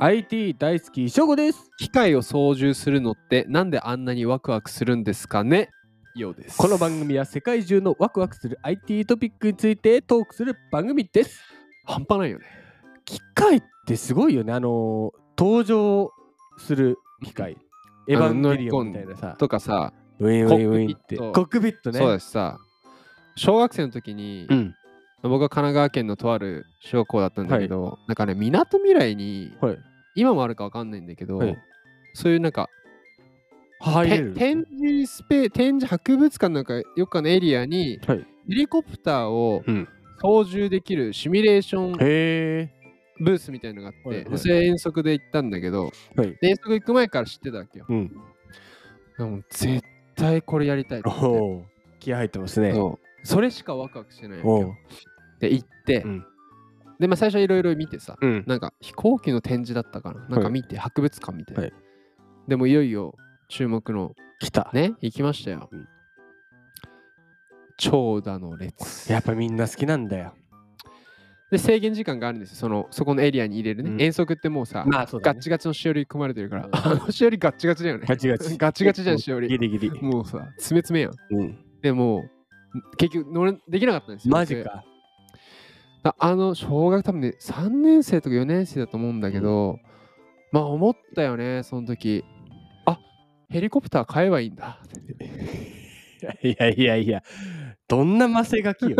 IT 大好き翔吾です機械を操縦するのってなんであんなにワクワクするんですかねようですこの番組は世界中のワクワクする IT トピックについてトークする番組です半端ないよね機械ってすごいよねあの登場する機械エヴァンゲリオンみたいなさとかさ、ウィンウィンウィンってココックピットねそうだしさ小学生の時に、うん僕は神奈川県のとある小学校だったんだけど、なんかねみなとみらいにはい今もあるかわかんないんだけど、はいそういうなんか入れてる展示スペ展示博物館なんかよっかのエリアにはいヘリコプターをうん操縦できるシミュレーションへえブースみたいのがあって、はいはいそれ遠足で行ったんだけど、はいで遠足行く前から知ってたわけよ。うんでも絶対これやりたいっておお気合入ってますねそうそれしかワクワクしてないわけおよおで行って、うんで、まあ、最初いろいろ見てさ、うんなんか飛行機の展示だったかななんか見て、博物館みたいな、はいでもいよいよ注目の来たね行きましたよ、うん長蛇の列やっぱみんな好きなんだよで制限時間があるんですよそのそこのエリアに入れるね、うん遠足ってもうさ、まあそうだガねッチガチのしおり組まれてるから、うんあのしおりガッチガチだよね。ガチガチガチガチじゃん、しおり。ギリギリもうさ、つめつめやん。うんでもう、結局乗れ、できなかったんですよ。マジか僕。だあの、小学多分ね、3年生とか4年生だと思うんだけど、まあ思ったよね、その時。あヘリコプター買えばいいんだ。いやいやいや、どんなマセガキ よ。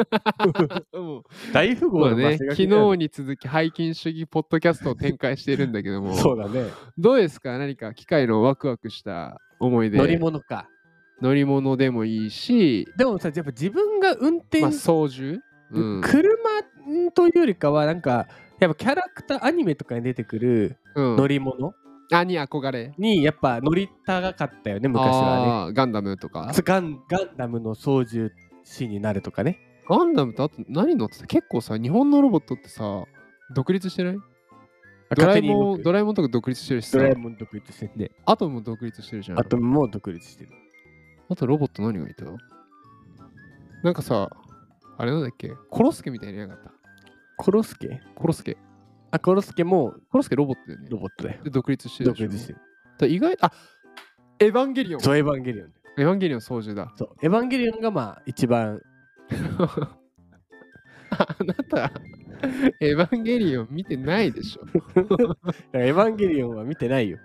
もう大富ま豪あのマね、セガ昨キ日だよ、に続き、背筋主義ポッドキャストを展開しているんだけども、 そうだね。どうですか何か機械のワクワクした思い出乗り物か。乗り物でもいいし、でもさ、やっぱ自分が運転、まあ、操縦、うん車というよりかは、なんか、やっぱキャラクター、アニメとかに出てくるうん乗り物あに憧れに、やっぱ乗りたかったよね、昔はね。あーガンダムとかガンガンダムの操縦士になるとかね。ガンダムとあと何乗ってた結構さ日本のロボットってさ独立してないドラえもんドドラえもんとか独立してるしさドラえもん独立してて、アトムも独立してるじゃんアトムも独立してる。あとロボット何がいたなんかさあれなんだっけコロスケみたいになかったコロスケコロスケあ、コロスケもコロスケロボットだよねロボットだよ。で独立してる独でしょ立してる。だ意外あエヴァンゲリオンそう、エヴァンゲリオン。エヴァンゲリオン操縦だ そう、エヴァンゲリオンがまあ一番。あなたエヴァンゲリオン見てないでしょエヴァンゲリオンは見てないよ。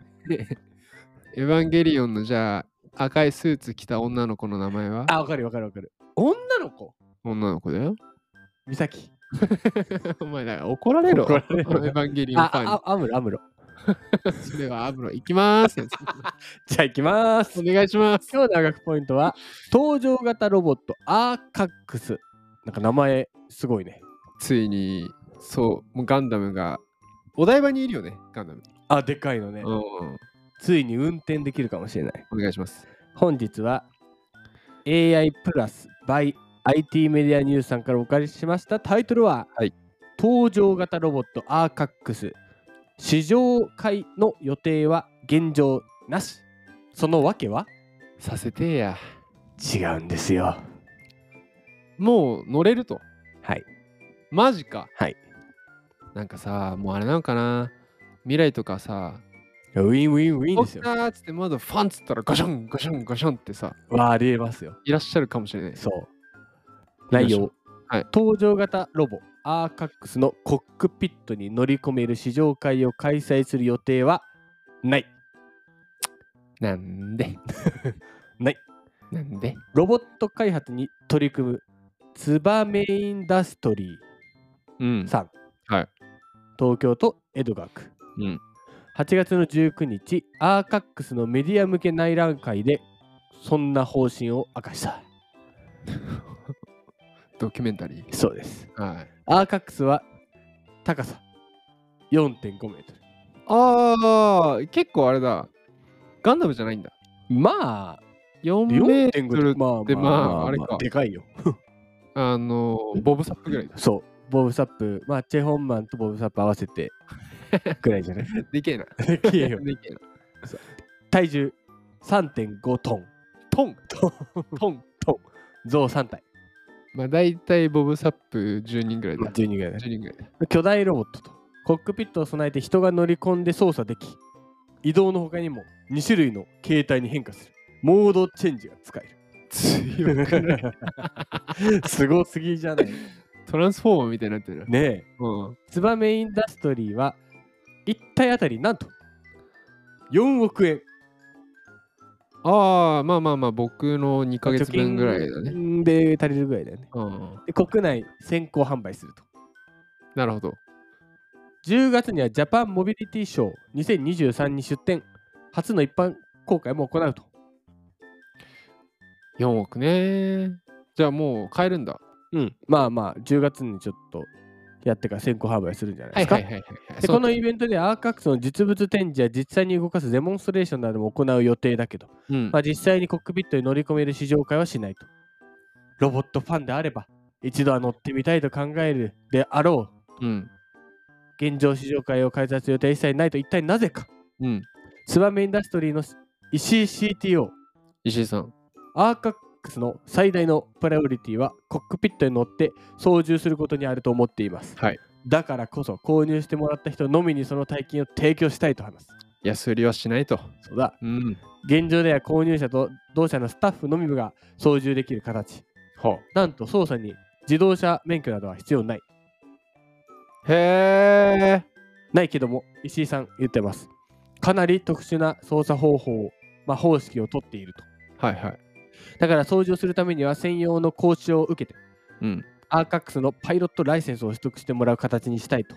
エヴァンゲリオンのじゃあ赤いスーツ着た女の子の名前はあ、わかるわかるわかる。女の子女の子だよ。 美咲。お前だから怒られろ。怒られるエヴァンゲリオンあファンにあ、あアムロ、アムロ。それはアブロ行きます。じゃあ行きまーすお。願いします。今日の科学ポイントは、登場型ロボットアーカックス。なんか名前すごいね。ついに、そう、もうガンダムが、お台場にいるよね、ガンダム。あ、でかいのねうん、ついに運転できるかもしれない。お願いします。本日は AI プラス by IT メディアニュースさんからお借りしましたタイトルは、はい登場型ロボットアーカックス試乗会の予定は現状なしその訳はさせてや。違うんですよもう乗れると。はいマジか。はい。なんかさ、もうあれなのかな。未来とかさ、ウィンウィンウィンおでっすよたーっつって窓ファンっつったらガシャンガシャンガシャンってさ、わあありえますよいらっしゃるかもしれない。そうよい内しょ容、はい搭乗型ロボアーカックスのコックピットに乗り込める試乗会を開催する予定はないなんでないなんでロボット開発に取り組むツバメインダストリうんーさん、はい東京都江戸川区うん。 8月の19日アーカックスのメディア向け内覧会でそんな方針を明かしたドキュメンタリそうですー。はい。アーカックスは高さ4.5メートああ、結構あれだ。ガンダムじゃないんだ。ルまあ4メートル4.5、まあでまああれかでかいよあのー、ボブサップぐらいだ。そうボブサップまあチェ・ホンマンとボブサップ合わせてぐらいじゃない でけえな。でけえよでけえな。体重3.5トントントントン象3体、まあ大体ボブサップ10人ぐらいだ。 12ぐらいだね10人ぐらいだ。巨大ロボットとコックピットを備えて人が乗り込んで操作でき移動の他にも2種類の形態に変化するモードチェンジが使える強いすごすぎじゃないトランスフォーマーみたいになってる。ねえうん、ツバメインダストリーは1体あたりなんと4億円ああ、まあまあまあ、僕の2ヶ月分ぐらいだね。ねで足りるぐらいだよねうん、で国内先行販売するとなるほど。 10月にはジャパンモビリティショー2023に出展初の一般公開も行うと4億ね。じゃあもう買えるんだ。うんまあまあ10月にちょっとやってから先行販売するんじゃないですか、はいはい。でこのイベントではアーカックスの実物展示や実際に動かすデモンストレーションなども行う予定だけど、うんまあ、実際にコックピットに乗り込める試乗会はしないと。ロボットファンであれば、一度は乗ってみたいと考えるであろう、うん。現状試乗会を開催する予定は一切ないと、一体なぜか、うん。ツバメインダストリーの石井 CTO、石井さん。アーカックスの最大のプライオリティは、コックピットに乗って操縦することにあると思っています。はいだからこそ、購入してもらった人のみにその体験を提供したいと話す。安売りはしないと。そうだ。うん。現状では購入者と同社のスタッフのみが操縦できる形。ほなんと操作に自動車免許などは必要ない。う。へえ。ないけども、石井さん言ってます。かなり特殊な操作方法を、まあ、方式をとっていると。はいはい。だから操縦するためには専用の講習を受けて、うん。アーカックスのパイロットライセンスを取得してもらう形にしたいと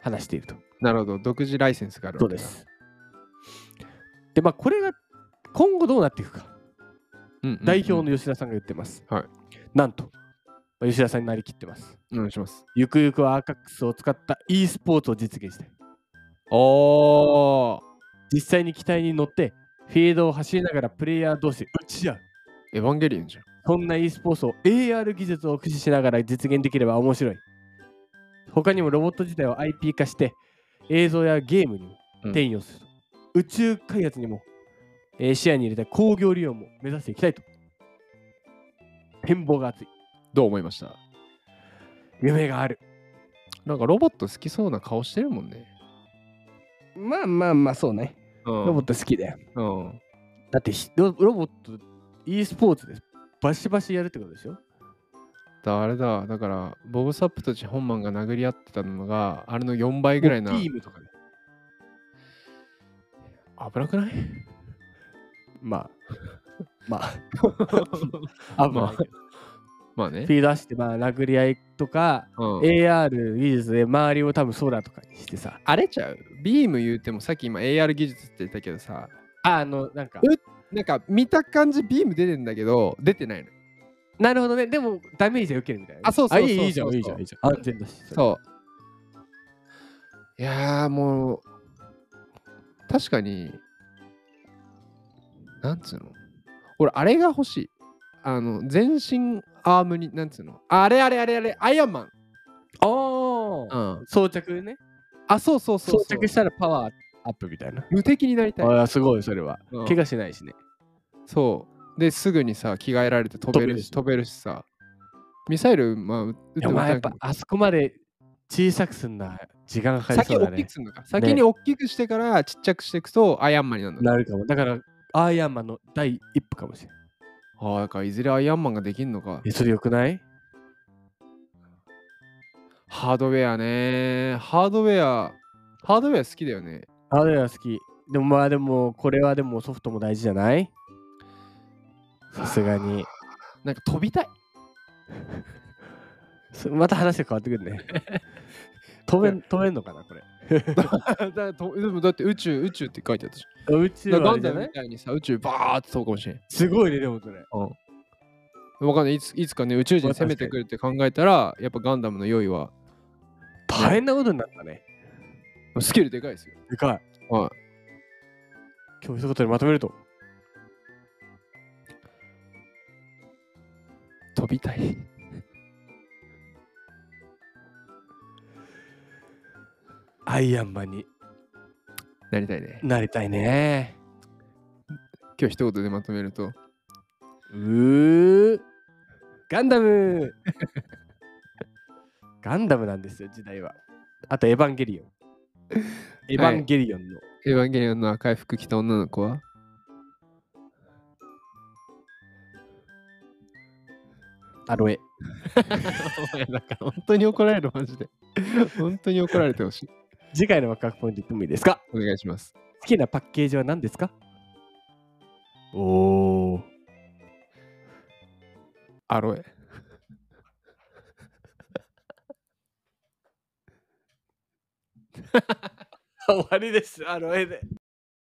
話していると。なるほど。独自ライセンスがあるそわうけでだ。す。で、まあ、これが今後どうなっていくか。うんうんうん代表の吉田さんが言ってます。はいなんと、まあ吉田さんになりきってます。お願いします。ゆくゆくはアーカックスを使った e スポーツを実現したい。おー。実際に機体に乗ってフィールドを走りながらプレイヤー同士で打ち合う。エヴァンゲリオンじゃん。そんな e スポーツを AR 技術を駆使しながら実現できれば面白い。他にもロボット自体を IP 化して映像やゲームにもうん転用する。宇宙開発にも、えー視野に入れた工業利用も目指していきたいと。展望が熱い。どう思いました夢がある。なんかロボット好きそうな顔してるもんね。まあまあまあそうね。ロット好きだよ。ト。うん。だってひロロボット e スポーツでバシバシやるってことでしょだあれだ。だから、ボブ・サップとチェ・ホンマンが殴り合ってたのが、あれの4倍ぐらいな。もうビ危ーム とかね。なくないまあ。まあ。あ、ままああ。 まあねスピ。ード走って、まあ、殴り合いとか、うん AR 技術で周りを多分空とかにしてさ。あれちゃうビーム言うてもさっき今 AR 技術って言ったけどさあ、あの、なんかう。なんか見た感じビーム出てんだけど出てないのなるほどね。でも、ダメージは受けるみたいなね。あそうそうそういいそういいじゃん、いいじゃん、いいじゃん。安全だし。う。そういやーもう確かになんつうの俺あれが欲しいあの全身アームになんつうのあれあれあれあれアイアンマン、ああ。装着ね。あそうそうそう装そう着したらパワーアップみたいな。無敵になりたい、ああ、すごい、それは。うん怪我しないしね。そうですぐにさ着替えられて飛べるし飛飛べるしさミサイルまあ撃ってでもやっぱあそこまで小さくすんな時間がかかり先そうだ大きねく。するのか。先に大きくしてからちっちゃくしていくとアイアンマンになるのか。なるかも。だからアイアンマンの第一歩かもしれない。ああ、だからいずれアイアンマンができるのかえ。それよくないハードウェアね。ハードウェア、ハードウェア好きだよね。ハードウェア好き。でもまあでもこれはでもソフトも大事じゃないさすがに。なんか飛びたい。 そまた話が変わってく るね。飛べん飛べんのかなこれ。だからとでもだって宇宙、宇宙って書いてあったし。宇宙だからはあれじガンダゃムなみいたいにさ、宇宙バーって飛ぶかもしれん。すごいねでもそれ。わかんないいつ。いつかね、宇宙人攻めてくるって考えたら、やっぱガンダムの用意は、大変なことになったね。スケールでかいですよ。でかい。はい。今日一言でまとめると。飛びたい。 アイアンマンになりたいね。なりたいね。今日一言でまとめると、うーガンダ ムガンダムなんですよ時代はあとエヴァンゲリオン エヴァンゲリオンの。エヴァンゲリオンの赤い服着た女の子はアロエ。 お前なんか本当に怒られるマジで 本当に怒られてほしい次回のワクワクポイント言ってもいいですかお願いします好きなパッケージは何ですかお お。アロエ終わりです、アロエで。